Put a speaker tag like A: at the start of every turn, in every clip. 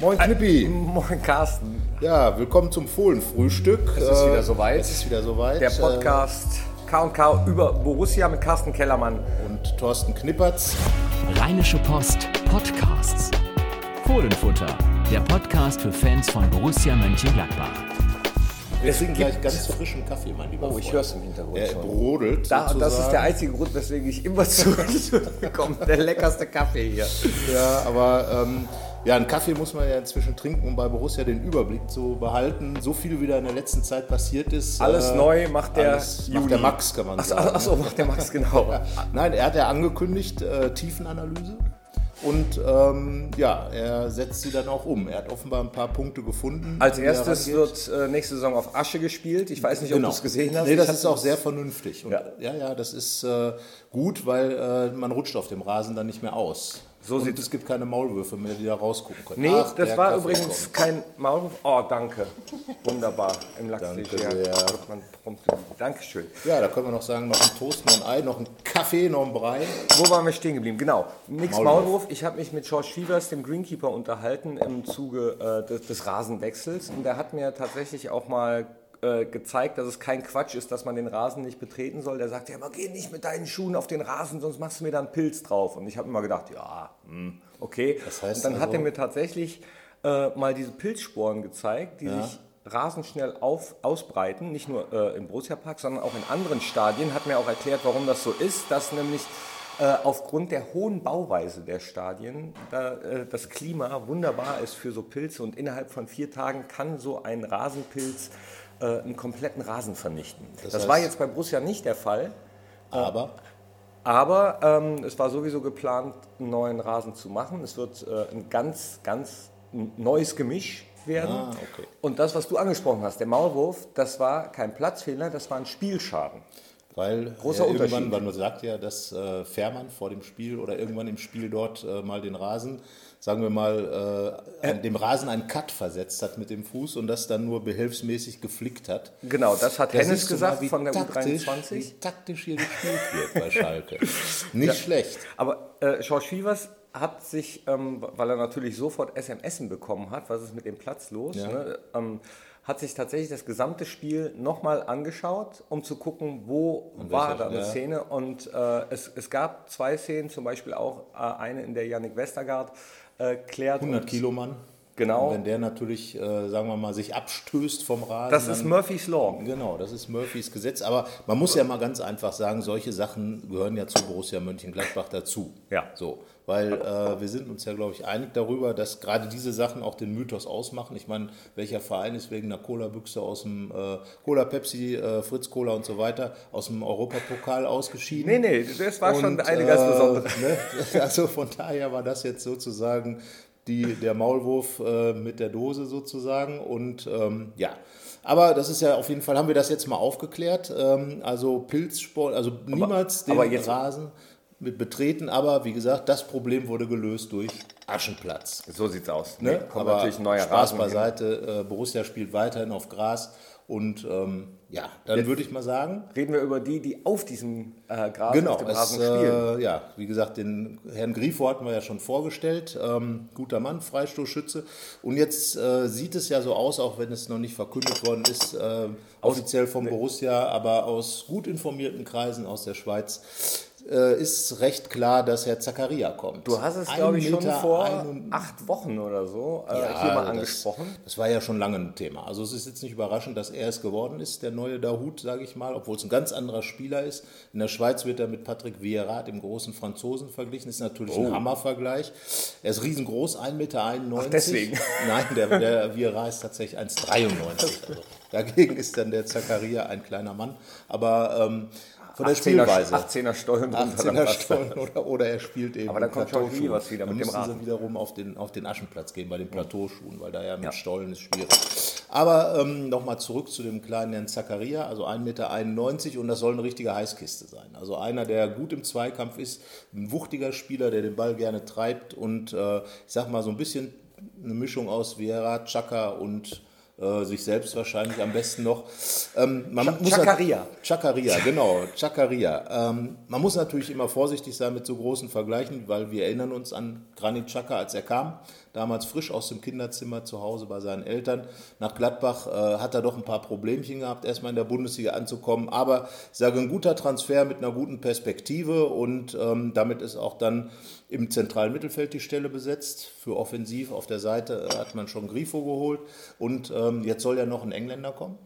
A: Moin Knippi.
B: Moin Carsten,
A: Ja, willkommen zum Fohlenfrühstück.
C: Es ist
A: Äh,
C: wieder soweit.
A: Es ist wieder soweit.
B: der Podcast K&K über Borussia mit Carsten Kellermann.
A: Äh, Und Thorsten Knippertz.
D: Rheinische Post Podcasts. Fohlenfutter, der Podcast für Fans von Borussia Mönchengladbach.
A: Wir
B: Es
A: kriegen
B: gibt-
A: gleich ganz frischen Kaffee, mein lieber
B: Oh, ich höre es im Hintergrund
A: Er
B: schon.
A: brodelt
B: Da, das ist der
A: sozusagen.
B: einzige Grund, weswegen ich immer zu komme. Der leckerste Kaffee hier.
A: Ja, aber ähm, ja, einen Kaffee muss man ja inzwischen trinken, um bei Borussia den Überblick zu behalten. So viel wieder in der letzten Zeit passiert ist.
B: Alles
A: äh,
B: neu macht der Also,
A: alles
B: Juni.
A: macht der Max, kann man
B: Achso,
A: sagen.
B: achso, macht der Max, genau.
A: Nein, er hat ja angekündigt, äh, Tiefenanalyse. Und ähm, ja, er setzt sie dann auch um. Er hat offenbar ein paar Punkte gefunden.
B: Als
A: wie er
B: erstes
A: rangeht.
B: wird äh, nächste Saison auf Asche gespielt. Ich weiß nicht, ob du es gesehen hast.
A: Nee, das
B: Ich
A: ist
B: hab-
A: auch sehr vernünftig. Und, ja.
B: Ja.
A: ja, das ist äh, gut, weil äh, man rutscht auf dem Rasen dann nicht mehr aus.
B: So
A: Und
B: sieht's-
A: es gibt keine Maulwürfe mehr, die da rausgucken können.
B: Nee,
A: Ach,
B: das
A: der
B: war
A: Kaffee
B: übrigens
A: kommt.
B: kein Maulwurf. Oh, danke. Wunderbar. Im Lachslicht.
A: Danke sehr.
B: Dankeschön.
A: Ja, da können wir noch sagen, noch ein Toast, noch ein Ei, noch ein Kaffee, noch ein Brei.
B: Wo waren wir stehen geblieben? Genau. Nix
A: Maulwurf.
B: Maulwurf. Ich habe mich mit George Fievers, dem Greenkeeper, unterhalten im Zuge äh, des, des Rasenwechsels. Und der hat mir tatsächlich auch mal äh, gezeigt, dass es kein Quatsch ist, dass man den Rasen nicht betreten soll. Der sagt ja immer, geh nicht mit deinen Schuhen auf den Rasen, sonst machst du mir da einen Pilz drauf. Und ich habe immer gedacht, ja, hm, okay.
A: Das heißt
B: Und dann hat
A: also-
B: er mir tatsächlich äh, mal diese Pilzsporen gezeigt, die sich rasend schnell auf, ausbreiten, nicht nur äh, im Borussia-Park, sondern auch in anderen Stadien, hat mir auch erklärt, warum das so ist, dass nämlich äh, aufgrund der hohen Bauweise der Stadien da, äh, das Klima wunderbar ist für so Pilze und innerhalb von vier Tagen kann so ein Rasenpilz äh, einen kompletten Rasen vernichten. Das, war
A: heißt-
B: jetzt bei Borussia nicht der Fall,
A: Aber
B: aber ähm, es war sowieso geplant, einen neuen Rasen zu machen. Es wird äh, ein ganz, ganz n- neues Gemisch werden.
A: Ah, okay.
B: Und das, was du angesprochen hast, der Maulwurf, das war kein Platzfehler, das war ein Spielschaden.
A: Weil
B: Großer
A: ja, irgendwann,
B: Unterschied.
A: weil man sagt ja, dass äh, Fährmann vor dem Spiel oder irgendwann im Spiel dort äh, mal den Rasen, sagen wir mal, äh, an dem Rasen einen Cut versetzt hat mit dem Fuß und das dann nur behelfsmäßig geflickt hat.
B: Genau, das hat
A: Da
B: Hennes
A: siehst du
B: gesagt
A: mal, wie
B: von der
A: taktisch,
B: U23.
A: Wie taktisch hier gespielt wird bei Schalke. Nicht schlecht.
B: Aber äh, Schorsch Fievers hat sich, ähm, weil er natürlich sofort SMSen bekommen hat, was ist mit dem Platz los, ne, ähm, hat sich tatsächlich das gesamte Spiel nochmal angeschaut, um zu gucken, wo war
A: welcher-
B: da eine
A: ja.
B: Szene. Und äh, es, es gab zwei Szenen, zum Beispiel auch äh, eine, in der Yannick Westergaard äh, klärt.
A: 100
B: und-
A: Kilo Mann.
B: Genau.
A: Und wenn der natürlich, äh, sagen wir mal, sich abstößt vom Rasen.
B: Das ist
A: dann-
B: Murphy's Law.
A: Genau, das ist Murphys Gesetz. Aber man muss ja mal ganz einfach sagen, solche Sachen gehören ja zu Borussia Mönchengladbach dazu.
B: Ja.
A: So, weil äh, wir sind uns ja, glaube ich, einig darüber, dass gerade diese Sachen auch den Mythos ausmachen. Ich meine, welcher Verein ist wegen einer Cola-Büchse aus dem äh, Cola, Pepsi, äh, Fritz Cola und so weiter aus dem Europapokal ausgeschieden?
B: Nee, nee, das war schon
A: Und,
B: eine ganz
A: äh,
B: besondere.
A: Ne? Also von daher war das jetzt sozusagen die, der Maulwurf äh, mit der Dose sozusagen. Und ähm, ja, aber das ist ja auf jeden Fall, haben wir das jetzt mal aufgeklärt. Ähm, also Pilzsport, also niemals den
B: aber jetzt-
A: Rasen mit betreten, aber wie gesagt, das Problem wurde gelöst durch Aschenplatz.
B: So sieht's aus.
A: Ne?
B: Ne? Kommt natürlich ein neuer
A: Spaß
B: Rasen hin.
A: beiseite, äh, Borussia spielt weiterhin auf Gras und ähm, ja, dann würde ich mal sagen,
B: Reden wir über die, die auf diesem äh, Gras,
A: Genau,
B: auf dem
A: es,
B: Rasen spielen.
A: äh, ja, wie gesagt, den Herrn Grifo hatten wir ja schon vorgestellt. Ähm, guter Mann, Freistoßschütze. Und jetzt äh, sieht es ja so aus, auch wenn es noch nicht verkündet worden ist, äh, offiziell vom Borussia, aber aus gut informierten Kreisen aus der Schweiz äh, ist recht klar, dass Herr Zakaria kommt.
B: Du hast es, glaube ich, schon vor
A: einund-
B: acht Wochen oder so äh,
A: Ja,
B: hier mal
A: das-
B: angesprochen.
A: Das war ja schon lange ein Thema. Also es ist jetzt nicht überraschend, dass er es geworden ist, der neue Dahut, sage ich mal, obwohl es ein ganz anderer Spieler ist. In der Schweiz wird er mit Patrick Vieira, dem großen Franzosen, verglichen. Ist natürlich
B: Oh.
A: ein Hammervergleich. Er ist riesengroß, 1,91 Meter. Ach,
B: deswegen.
A: Nein, der, der Vieira ist tatsächlich 1,93. Also dagegen ist dann der Zakaria ein kleiner Mann. Aber ähm, von der
B: 18er,
A: Spielweise.
B: 18er Steuern drunter, dann
A: 18er
B: passt
A: Stollen oder, oder er spielt eben.
B: Aber dann
A: mit
B: kommt schon
A: Plateauschuhen.
B: was wieder
A: dann
B: mit dem
A: müssen
B: Rasen.
A: Sie wiederum auf den, auf den Aschenplatz gehen bei den Plateauschuhen, weil da ja mit
B: Ja.
A: Stollen ist schwierig. Aber ähm, nochmal zurück zu dem kleinen Herrn Zakaria, also 1,91 Meter und das soll eine richtige Heißkiste sein. Also einer, der gut im Zweikampf ist, ein wuchtiger Spieler, der den Ball gerne treibt und äh, ich sag mal so ein bisschen eine Mischung aus Vieira, Chaka und äh, sich selbst wahrscheinlich am besten noch. Ähm, man
B: Cha-
A: muss
B: Chakaria.
A: Chakaria, genau, Chakaria. Ähm, man muss natürlich immer vorsichtig sein mit so großen Vergleichen, weil wir erinnern uns an Granit Chaka, als er kam, damals frisch aus dem Kinderzimmer zu Hause bei seinen Eltern nach Gladbach, äh, hat er doch ein paar Problemchen gehabt, erstmal in der Bundesliga anzukommen. Aber ich sage, ein guter Transfer mit einer guten Perspektive und ähm, damit ist auch dann im zentralen Mittelfeld die Stelle besetzt. Für Offensiv auf der Seite äh, hat man schon Grifo geholt und ähm, jetzt soll ja noch ein Engländer kommen.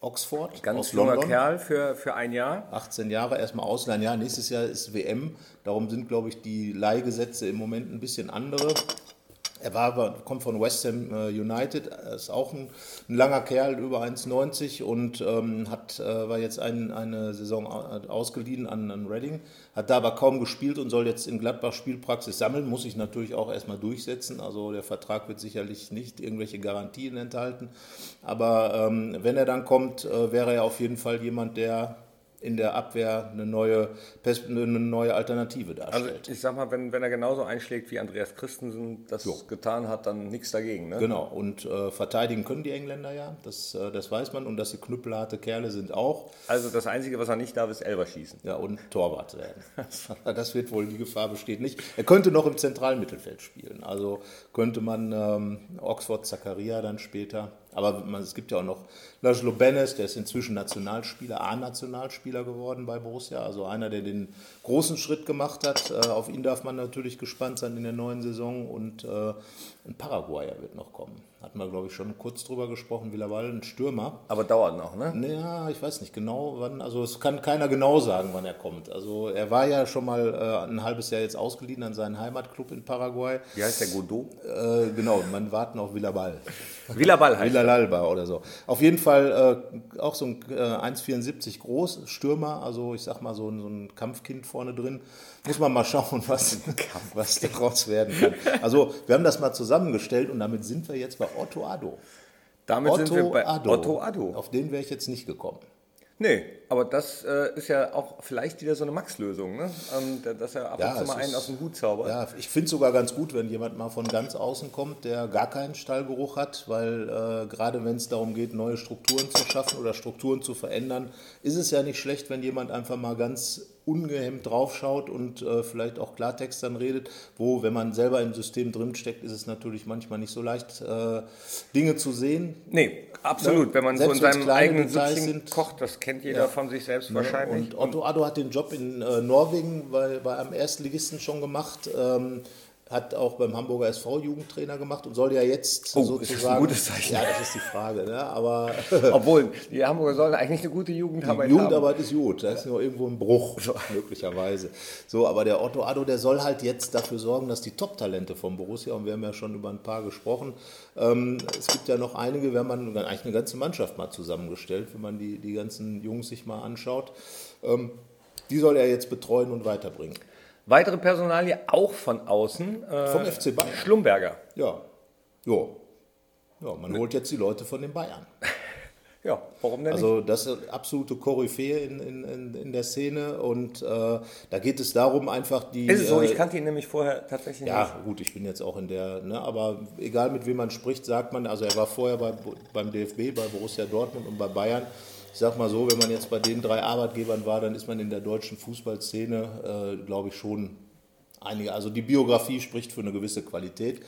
A: Oxford
B: Ganz
A: aus
B: junger
A: London.
B: Kerl für, für ein Jahr.
A: 18 Jahre erstmal ausleihen. Ja, nächstes Jahr ist WM. Darum sind, glaube ich, die Leihgesetze im Moment ein bisschen andere. Er war, aber- kommt von West Ham äh, United, er ist auch ein, ein langer Kerl, über 1,90 und ähm, hat, äh, war jetzt ein, eine Saison au- ausgeliehen an, an Reading, hat da aber kaum gespielt und soll jetzt in Gladbach Spielpraxis sammeln, muss sich natürlich auch erstmal durchsetzen. Also der Vertrag wird sicherlich nicht irgendwelche Garantien enthalten. Aber ähm, wenn er dann kommt, äh, wäre er auf jeden Fall jemand, der in der Abwehr eine neue, Pers- eine neue Alternative
B: Also
A: darstellt.
B: ich sag mal, wenn, wenn er genauso einschlägt wie Andreas Christensen das getan hat, dann nichts dagegen. Ne?
A: Genau, und äh, verteidigen können die Engländer ja, das, äh, das weiß man. Und dass sie knüppelharte Kerle sind auch.
B: Also das Einzige, was er nicht darf, ist Elber schießen.
A: Ja, und Torwart werden. Das wird wohl, die Gefahr besteht nicht. Er könnte noch im zentralen Mittelfeld spielen. Also könnte man ähm, Oxford Zakaria dann später. Aber man, es gibt ja auch noch Lajlo Benes, der ist inzwischen Nationalspieler, A-Nationalspieler geworden bei Borussia. Also einer, der den großen Schritt gemacht hat. Äh, auf ihn darf man natürlich gespannt sein in der neuen Saison. Und äh, ein Paraguayer wird noch kommen. Hatten wir, glaube ich, schon kurz drüber gesprochen. Villarreal, ein Stürmer.
B: Aber dauert noch, ne?
A: Naja, ich weiß nicht genau, wann. Also es kann keiner genau sagen, wann er kommt. Also er war ja schon mal äh, ein halbes Jahr jetzt ausgeliehen an seinen Heimatclub in Paraguay.
B: Wie heißt der Godot?
A: Äh, genau, man warten auf Villabal.
B: Villabal heißt er.
A: Villalalba oder so. Auf jeden Fall äh, auch so ein äh, 1,74 groß, Stürmer, also ich sag mal so ein, so ein Kampfkind vorne drin. Muss man mal schauen, was, was daraus werden kann. Also wir haben das mal zusammengestellt und damit sind wir jetzt bei Otto Addo.
B: Damit
A: Otto
B: sind wir bei
A: Addo.
B: Otto Addo.
A: Auf den wäre ich jetzt nicht gekommen.
B: Nee, aber das äh, ist ja auch vielleicht wieder so eine Max-Lösung, ne? Ähm, da- dass er ab
A: Ja,
B: und zu
A: es
B: mal einen
A: ist-
B: aus dem Hut zaubert.
A: Ja, ich finde es sogar ganz gut, wenn jemand mal von ganz außen kommt, der gar keinen Stallgeruch hat, weil äh, gerade wenn es darum geht, neue Strukturen zu schaffen oder Strukturen zu verändern, ist es ja nicht schlecht, wenn jemand einfach mal ganz ungehemmt draufschaut und äh, vielleicht auch Klartext dann redet, wo, wenn man selber im System drinsteckt, ist es natürlich manchmal nicht so leicht, äh, Dinge zu sehen,
B: Nee, absolut.
A: Ne?
B: Wenn man so in
A: Selbst wenn's
B: seinem
A: kleine
B: eigenen
A: Details
B: Süppchen
A: sind.
B: kocht, das kennt jeder
A: Ja.
B: von sich selbst
A: Ne?
B: wahrscheinlich.
A: Und Otto Addo hat den Job in äh, Norwegen bei, bei einem Erstligisten schon gemacht, ähm, hat auch beim Hamburger SV Jugendtrainer gemacht und soll ja jetzt
B: Oh,
A: sozusagen.
B: ist das ein gutes Zeichen?
A: Ja, das ist die Frage. Ne? Aber
B: Obwohl, die Hamburger sollen eigentlich eine gute Jugendarbeit haben.
A: Jugendarbeit ist gut, da ist nur irgendwo ein Bruch, möglicherweise. So, aber der Otto Addo, der soll halt jetzt dafür sorgen, dass die Top-Talente von Borussia, und wir haben ja schon über ein paar gesprochen, ähm, es gibt ja noch einige, wir haben dann eigentlich eine ganze Mannschaft mal zusammengestellt, wenn man die, die ganzen Jungs sich mal anschaut. Ähm, die soll er jetzt betreuen und weiterbringen.
B: Weitere Personalie auch von außen. Äh,
A: Vom FC Bayern.
B: Schlumberger.
A: Ja. Jo. Ja, man holt jetzt die Leute von den Bayern.
B: Ja, warum denn nicht?
A: Also das ist eine absolute Koryphäe in, in, in, in der Szene und äh, da geht es darum einfach die...
B: Ist es so,
A: äh,
B: ich kannte ihn nämlich vorher tatsächlich
A: ja, gut, ich bin jetzt auch in der, ne, aber egal mit wem man spricht, sagt man, also er war vorher bei, Bo- beim DFB, bei Borussia Dortmund und bei Bayern. Ich sag mal so, wenn man jetzt bei den drei Arbeitgebern war, dann ist man in der deutschen Fußballszene, äh, glaube ich, schon einige. Also die Biografie spricht für eine gewisse Qualität.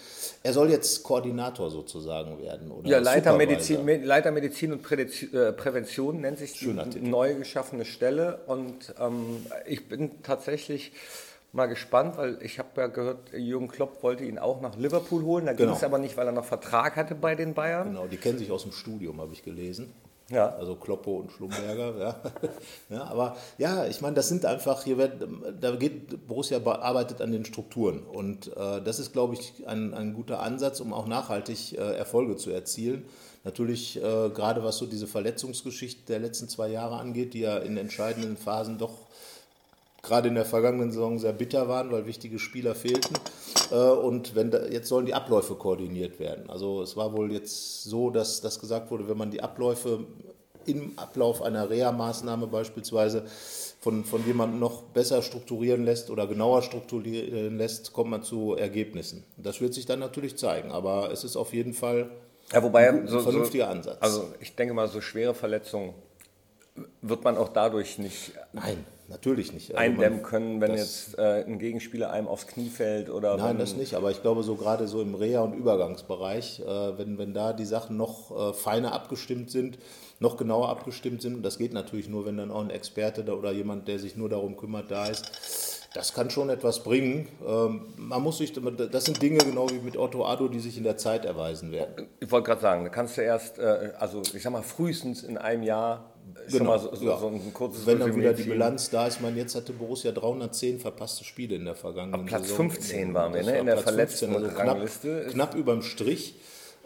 A: Er soll jetzt Koordinator sozusagen werden. Oder
B: nicht. Ja, Leiter
A: Supervisor.
B: Medizin, Me- Leiter Medizin und Prädez- äh, Prävention nennt sich die
A: Schöner Titel.
B: neu geschaffene Stelle. Und ähm, ich bin tatsächlich mal gespannt, weil ich habe ja gehört, Jürgen Klopp wollte ihn auch nach Liverpool holen. Da ging
A: Genau.
B: es aber nicht, weil er noch Vertrag hatte bei den Bayern.
A: Genau, die kennen sich aus dem Studium, habe ich gelesen.
B: Ja.
A: Also Kloppo und Schlumberger, ja. ja. Aber ja, ich meine, das sind einfach, hier wird, da geht, Borussia be- arbeitet an den Strukturen. Und äh, das ist, glaube ich, ein, ein guter Ansatz, um auch nachhaltig äh, Erfolge zu erzielen. Natürlich, äh, gerade was so diese Verletzungsgeschichte der letzten zwei Jahre angeht, die ja in entscheidenden Phasen doch gerade in der vergangenen Saison sehr bitter waren, weil wichtige Spieler fehlten. Äh, Und wenn da, jetzt sollen die Abläufe koordiniert werden. Also es war wohl jetzt so, dass das gesagt wurde, wenn man die Abläufe im Ablauf einer Reha-Maßnahme beispielsweise von, von jemandem noch besser strukturieren lässt oder genauer strukturieren lässt, kommt man zu Ergebnissen. Das wird sich dann natürlich zeigen, aber es ist auf jeden Fall
B: Ja, wobei,
A: Ein vernünftiger Ansatz.
B: Also ich denke mal, so schwere Verletzungen wird man auch dadurch nicht
A: Nein, natürlich nicht. Also
B: eindämmen
A: man-
B: können, wenn
A: das-
B: jetzt äh, ein Gegenspieler einem aufs Knie fällt oder
A: Nein,
B: wenn,
A: das nicht. Aber ich glaube, so gerade so im Reha- und Übergangsbereich, äh, wenn, wenn da die Sachen noch äh, feiner abgestimmt sind, noch genauer abgestimmt sind, und das geht natürlich nur, wenn dann auch ein Experte da oder jemand, der sich nur darum kümmert, da ist. Das kann schon etwas bringen. Ähm, man muss sich, das sind Dinge genau wie mit Otto Addo, die sich in der Zeit erweisen werden.
B: Ich wollte gerade sagen, da kannst du erst, äh, also ich sag mal, frühestens in einem Jahr äh, schon
A: Genau,
B: mal so, so,
A: ja.
B: so ein kurzes
A: Wenn dann
B: Resümee
A: wieder die
B: ziehen.
A: Bilanz da ist, man jetzt hatte Borussia 310 verpasste Spiele in der vergangenen
B: Platz
A: Saison.
B: 15 waren wir,
A: Das
B: ne,
A: war
B: in der
A: Platz 15,
B: Verletzten-Rangliste.
A: Knapp, knapp überm Strich.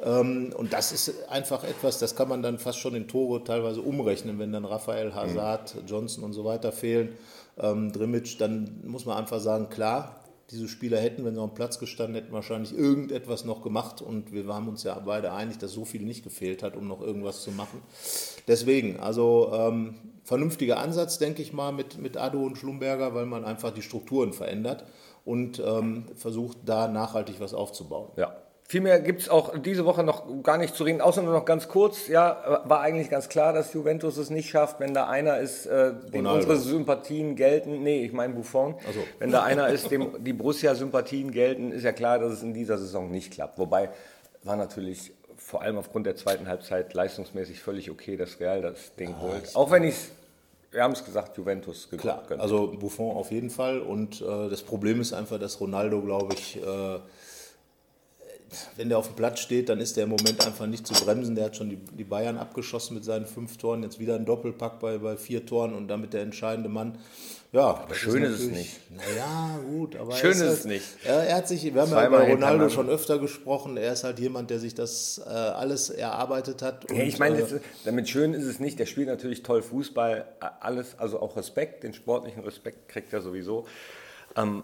A: Ähm, und das ist einfach etwas, das kann man dann fast schon in Tore teilweise umrechnen, wenn dann
B: Mhm.
A: Raphael, Hazard, Johnson und so weiter fehlen, ähm, Drimmitsch, dann muss man einfach sagen, klar, diese Spieler hätten, wenn sie am Platz gestanden hätten, wahrscheinlich irgendetwas noch gemacht und wir waren uns ja beide einig, dass so viel nicht gefehlt hat, um noch irgendwas zu machen. Deswegen, also ähm, vernünftiger Ansatz, denke ich mal, mit, mit Addo und Schlumberger, weil man einfach die Strukturen verändert und ähm, versucht, da nachhaltig was aufzubauen.
B: Ja. Viel mehr gibt es auch diese Woche noch gar nicht zu reden, außer nur noch ganz kurz. Ja, war eigentlich ganz klar, dass Juventus es nicht schafft, wenn da einer ist, äh, dem
A: Ronaldo.
B: unsere Sympathien gelten. Nee, ich meine Buffon.
A: so.
B: Wenn da einer ist, dem die Borussia-Sympathien gelten, ist ja klar, dass es in dieser Saison nicht klappt. Wobei war natürlich vor allem aufgrund der zweiten Halbzeit leistungsmäßig völlig okay, dass Real das Ding holt. Auch wenn ich wir haben es gesagt, Juventus
A: Ah, Klar,
B: geglaubt.
A: also Buffon auf jeden Fall. Und äh, das Problem ist einfach, dass Ronaldo, glaube ich, äh, wenn der auf dem Platz steht, dann ist der im Moment einfach nicht zu bremsen. Der hat schon die, die Bayern abgeschossen mit seinen fünf Toren. Jetzt wieder ein Doppelpack bei, bei vier Toren und damit der entscheidende Mann. Ja, aber
B: schön ist es
A: Naja, gut, aber er
B: Schön ist
A: halt,
B: es nicht.
A: Er, er hat sich, wir haben ja
B: Zweimal
A: über Ronaldo
B: hintereinander.
A: schon öfter gesprochen. Er ist halt jemand, der sich das äh, alles erarbeitet hat.
B: Ja,
A: und,
B: ich meine,
A: äh,
B: das- damit schön ist es nicht. Der spielt natürlich toll Fußball, a- alles, also auch Respekt, den sportlichen Respekt kriegt er sowieso. Ähm,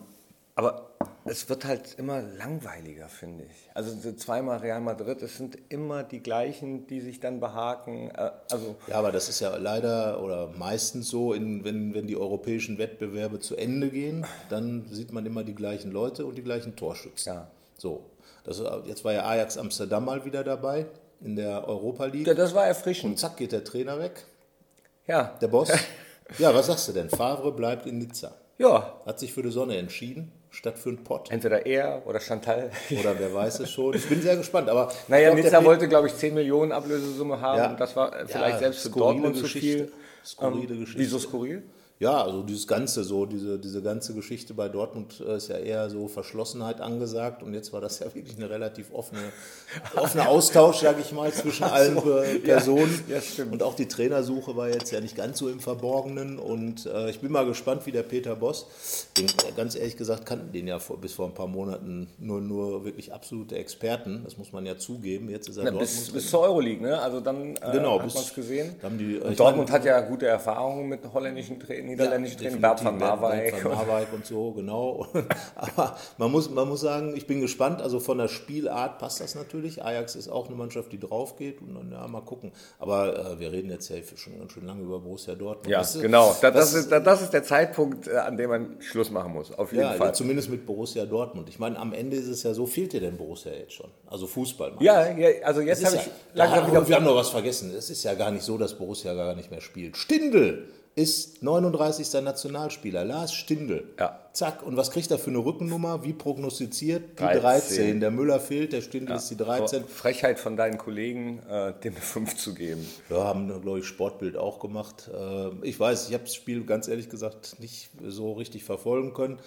B: aber es wird halt immer langweiliger, finde ich. Also so zweimal Real Madrid, es sind immer die gleichen, die sich dann behaken. Äh, also
A: Ja, aber das ist ja leider oder meistens so, in, wenn, wenn die europäischen Wettbewerbe zu Ende gehen, dann sieht man immer die gleichen Leute und die gleichen Torschützen.
B: Ja.
A: So. Das, ist- jetzt war ja Ajax Amsterdam mal wieder dabei in der Europa League.
B: ja, das war
A: Und
B: erfrischend.
A: zack geht der Trainer weg,
B: Ja,
A: der Boss. ja, was sagst du denn? Favre bleibt in Nizza.
B: ja.
A: Hat sich für die Sonne entschieden, statt für einen Pott.
B: Entweder er oder Chantal.
A: Oder wer weiß es schon. Ich bin sehr gespannt. Aber ich
B: Naja,
A: glaub, der
B: Nizza
A: Pe-
B: wollte, glaube ich, 10 Millionen Ablösesumme haben.
A: Ja.
B: Und das war äh, vielleicht
A: Ja,
B: selbst für
A: skurrile
B: Dortmund zu
A: Geschichte.
B: viel.
A: Skurrile
B: Ähm,
A: Geschichte.
B: Wieso skurril?
A: Ja, also dieses Ganze so, diese, diese ganze Geschichte bei Dortmund äh, ist ja eher so Verschlossenheit angesagt und jetzt war das ja wirklich eine relativ offene, offene Austausch, sage ich mal, zwischen allen äh, Personen.
B: ja, stimmt.
A: Und auch die Trainersuche war jetzt ja nicht ganz so im Verborgenen und äh, ich bin mal gespannt, wie der Peter Boss, den, äh, ganz ehrlich gesagt, kannten den ja vor, bis vor ein paar Monaten nur, nur wirklich absolute Experten, das muss man ja zugeben, jetzt ist er
B: Ja, Ne, bis,
A: Dortmund.
B: bis zur Euroleague, ne? Also dann äh,
A: Genau,
B: hat
A: bis-
B: man es gesehen.
A: da haben die, äh, ich
B: und Dortmund hat ja gute Erfahrungen mit holländischen Trainern, niederländischen Trainern, Bert van
A: definitiv,
B: Marwijk.
A: Bert van Marwijk und so, genau. Aber man muss, man muss sagen, ich bin gespannt. Also von der Spielart passt das natürlich. Ajax ist auch eine Mannschaft, die drauf geht. Und dann, ja, mal gucken. Aber äh, wir reden jetzt ja schon ganz schön lange über Borussia Dortmund.
B: Ja,
A: Das ist-
B: genau. Das, das, ist, das, das ist der Zeitpunkt, äh, an dem man Schluss machen muss. Auf jeden
A: ja, ja,
B: Fall.
A: zumindest mit Borussia Dortmund. Ich meine, am Ende ist es ja so, fehlt dir denn Borussia jetzt schon? Also Fußball. meine
B: Ja,
A: ich.
B: ja, also jetzt
A: Das
B: habe
A: ist
B: ich
A: ja,
B: langsam
A: ja,
B: wieder.
A: und wir haben noch was vergessen. Es ist ja gar nicht so, dass Borussia gar nicht mehr spielt. Stindl ist 39. Nationalspieler. Lars Stindl.
B: Ja.
A: Zack. Und was kriegt er für eine Rückennummer? Wie prognostiziert? Die 13.
B: 13.
A: Der Müller fehlt, der Stindl ist die 13.
B: So, Frechheit von deinen Kollegen, äh, dem eine 5 zu geben.
A: Ja, haben, glaube ich, Sportbild auch gemacht. Ähm, Ich weiß, ich habe das Spiel ganz ehrlich gesagt nicht so richtig verfolgen können.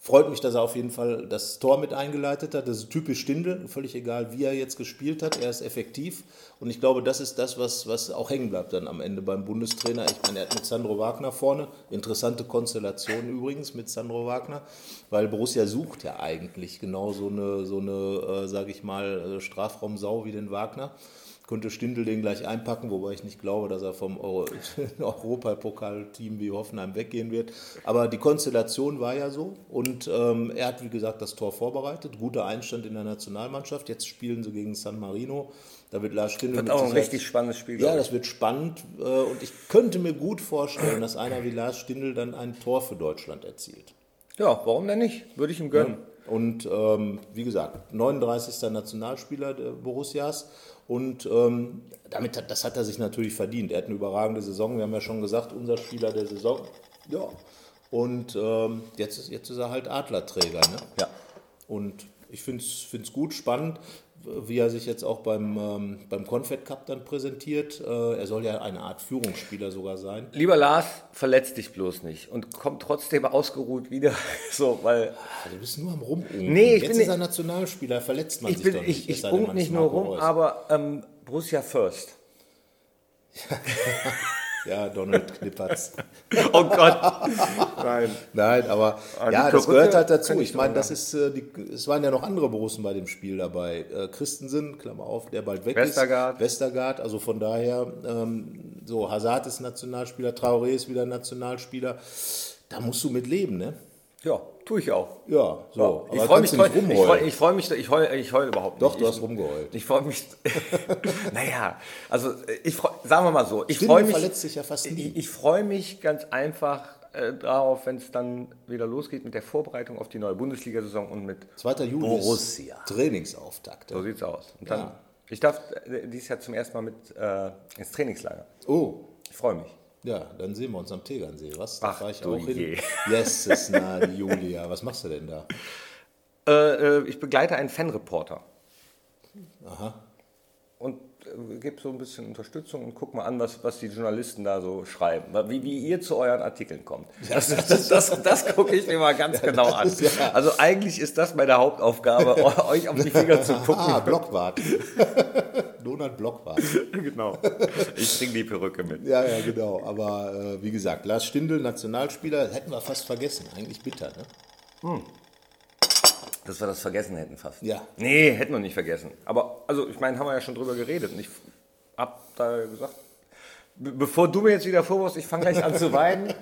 A: Freut mich, dass er auf jeden Fall das Tor mit eingeleitet hat. Das ist typisch Stindl, völlig egal, wie er jetzt gespielt hat. Er ist effektiv und ich glaube, das ist das, was, was auch hängen bleibt dann am Ende beim Bundestrainer. Ich meine, er hat mit Sandro Wagner vorne, interessante Konstellation übrigens mit Sandro Wagner, weil Borussia sucht ja eigentlich genau so eine, so eine äh, sage ich mal, äh, Strafraumsau wie den Wagner könnte Stindl den gleich einpacken, wobei ich nicht glaube, dass er vom Euro Europapokalteam wie Hoffenheim weggehen wird. Aber die Konstellation war ja so und ähm, er hat, wie gesagt, das Tor vorbereitet. Guter Einstand in der Nationalmannschaft. Jetzt spielen sie gegen San Marino. Da wird Lars Stindl
B: Wird
A: mit
B: auch ein
A: Sicherheit-
B: richtig spannendes Spiel.
A: ja,
B: glaub ich.
A: das wird spannend äh, und ich könnte mir gut vorstellen, dass einer wie Lars Stindl dann ein Tor für Deutschland erzielt.
B: ja, warum denn nicht? Würde ich ihm gönnen.
A: Und ähm, wie gesagt, 39. Nationalspieler der Borussias. Und ähm, damit hat, das hat er sich natürlich verdient. Er hat eine überragende Saison. Wir haben ja schon gesagt, unser Spieler der Saison. Ja. Und ähm, jetzt, jetzt ist er halt Adlerträger. Ne?
B: Ja.
A: Und ich finde es gut, spannend, wie er sich jetzt auch beim, ähm, beim Confed Cup dann präsentiert. Äh, er soll ja eine Art Führungsspieler sogar sein.
B: Lieber Lars, verletz dich bloß nicht und komm trotzdem ausgeruht wieder. so, weil
A: Ah, du bist nur am Rumunken.
B: Nee, ich
A: jetzt
B: bin
A: ist er
B: nicht-
A: Nationalspieler, verletzt man
B: ich,
A: sich
B: bin,
A: doch nicht. es
B: ich, ich
A: sei denn,
B: bunk
A: man
B: nicht
A: ist
B: nur
A: Marco
B: rum,
A: Reus.
B: aber ähm, Borussia First.
A: Ja, Donald Knippert's.
B: Oh Gott. Nein.
A: Nein, aber
B: Ah, die
A: ja, das
B: Perücke
A: gehört halt
B: kann
A: dazu.
B: ich
A: Ich meine,
B: doch
A: das ist, äh, die, es waren ja noch andere Borussen bei dem Spiel dabei. Äh, Christensen, Klammer auf, der bald weg
B: Westergaard.
A: ist. Westergaard. Also von daher, ähm, so Hazard ist Nationalspieler, Traoré ist wieder Nationalspieler. Da musst du mit leben, ne?
B: Ja, tue ich auch.
A: Ja, so.
B: ich
A: Oh, Aber
B: freue mich
A: kannst du
B: toll.
A: nicht
B: Ich
A: rumheulen.
B: freue ich freu mich, ich heule, ich heule überhaupt nicht.
A: Doch, du
B: ich,
A: hast rumgeheult.
B: Ich freue mich. naja, also ich freu, sagen wir mal so, ich
A: Stimmt,
B: freue
A: du
B: mich.
A: verletzt dich ja fast nie.
B: ich ich freue mich ganz einfach äh, darauf, wenn es dann wieder losgeht mit der Vorbereitung auf die neue Bundesliga-Saison und mit
A: 2. Juli
B: Borussia.
A: ist Trainingsauftakt.
B: So sieht's aus. Und dann,
A: Ja.
B: Ich darf äh, dieses Jahr zum ersten Mal mit äh, ins Trainingslager.
A: Oh,
B: Ich freue mich.
A: ja, dann sehen wir uns am Tegernsee, was?
B: Ach, du je.
A: Yes, ist na, Julia. Was machst du denn da?
B: Äh, äh, ich begleite einen Fanreporter. Aha. Und äh, gebe so ein bisschen Unterstützung und guck mal an, was, was die Journalisten da so schreiben. Wie, wie ihr zu euren Artikeln kommt. Das, das, das, das gucke ich mir mal ganz genau an.
A: ist ja-
B: Also eigentlich ist das meine Hauptaufgabe, euch auf die Finger zu
A: Ah,
B: gucken.
A: Blockwart. Donald Blockwart.
B: genau. Ich bringe die Perücke mit.
A: Ja, ja, genau. Aber äh, wie gesagt, Lars Stindl, Nationalspieler, hätten wir fast vergessen. Eigentlich bitter, ne?
B: Dass wir das vergessen hätten fast.
A: Ja.
B: Nee, hätten wir nicht vergessen. Aber, also, ich meine, haben wir ja schon drüber geredet. Und ich hab da gesagt, be- bevor du mir jetzt wieder vorwurfst, ich fange gleich an zu weinen,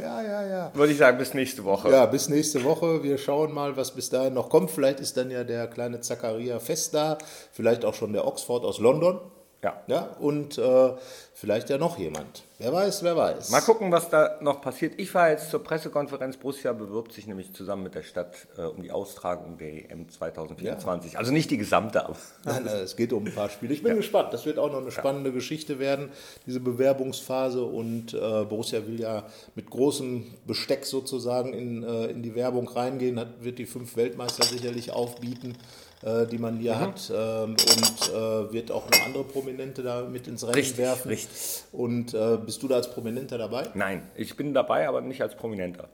A: Ja, ja, ja.
B: würde ich sagen, bis nächste Woche.
A: Ja, bis nächste Woche. Wir schauen mal, was bis dahin noch kommt. Vielleicht ist dann ja der kleine Zacharia fest da. Vielleicht auch schon der Oxford aus London.
B: Ja.
A: Ja, und äh, vielleicht ja noch jemand. Wer weiß, wer weiß.
B: Mal gucken, was da noch passiert. Ich war jetzt zur Pressekonferenz. Borussia bewirbt sich nämlich zusammen mit der Stadt äh, um die Austragung der EM 2024. Also nicht die gesamte, aber
A: Nein, äh, es geht um ein paar Spiele. Ich bin gespannt. Das wird auch noch eine spannende Geschichte werden, diese Bewerbungsphase. Und äh, Borussia will ja mit großem Besteck sozusagen in, äh, in die Werbung reingehen. Hat, wird die fünf Weltmeister sicherlich aufbieten, äh, die man
B: Mhm.
A: hier hat. Ähm, und äh, wird auch noch andere Prominente da mit ins Rennen
B: Richtig,
A: werfen.
B: richtig.
A: Und äh, bist du da als Prominenter dabei?
B: nein, ich bin dabei, aber nicht als Prominenter.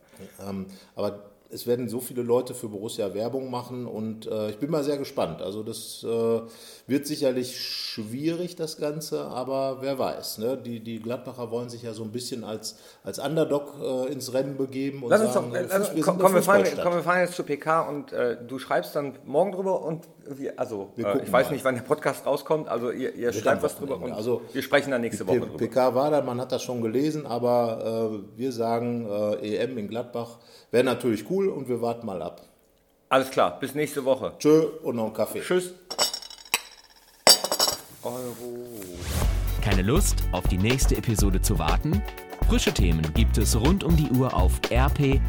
A: Ähm, aber es werden so viele Leute für Borussia Werbung machen und äh, ich bin mal sehr gespannt. Also das äh, wird sicherlich schwierig, das Ganze, aber wer weiß. Ne? Die, die Gladbacher wollen sich ja so ein bisschen als, als Underdog äh, ins Rennen begeben und
B: Lass uns
A: sagen,
B: doch,
A: so, Fuß-
B: lass,
A: wir
B: uns-
A: sind
B: Also, komm,
A: eine
B: komm, wir fahren,
A: Fußballstadt.
B: komm, wir fahren jetzt zur PK und äh, du schreibst dann morgen drüber und wir, also äh, ich
A: gucken
B: weiß
A: mal.
B: nicht, wann der Podcast rauskommt, also ihr, ihr schreibt
A: am
B: was drüber und
A: Wochenende. Also,
B: wir sprechen dann nächste Woche drüber.
A: PK war da, man hat das schon gelesen, aber äh, wir sagen äh, EM in Gladbach wäre natürlich cool und wir warten mal ab.
B: Alles klar, bis nächste Woche.
A: Tschö und noch einen Kaffee.
B: Tschüss. Euro.
D: Keine Lust, auf die nächste Episode zu warten? Frische Themen gibt es rund um die Uhr auf rp-online.de.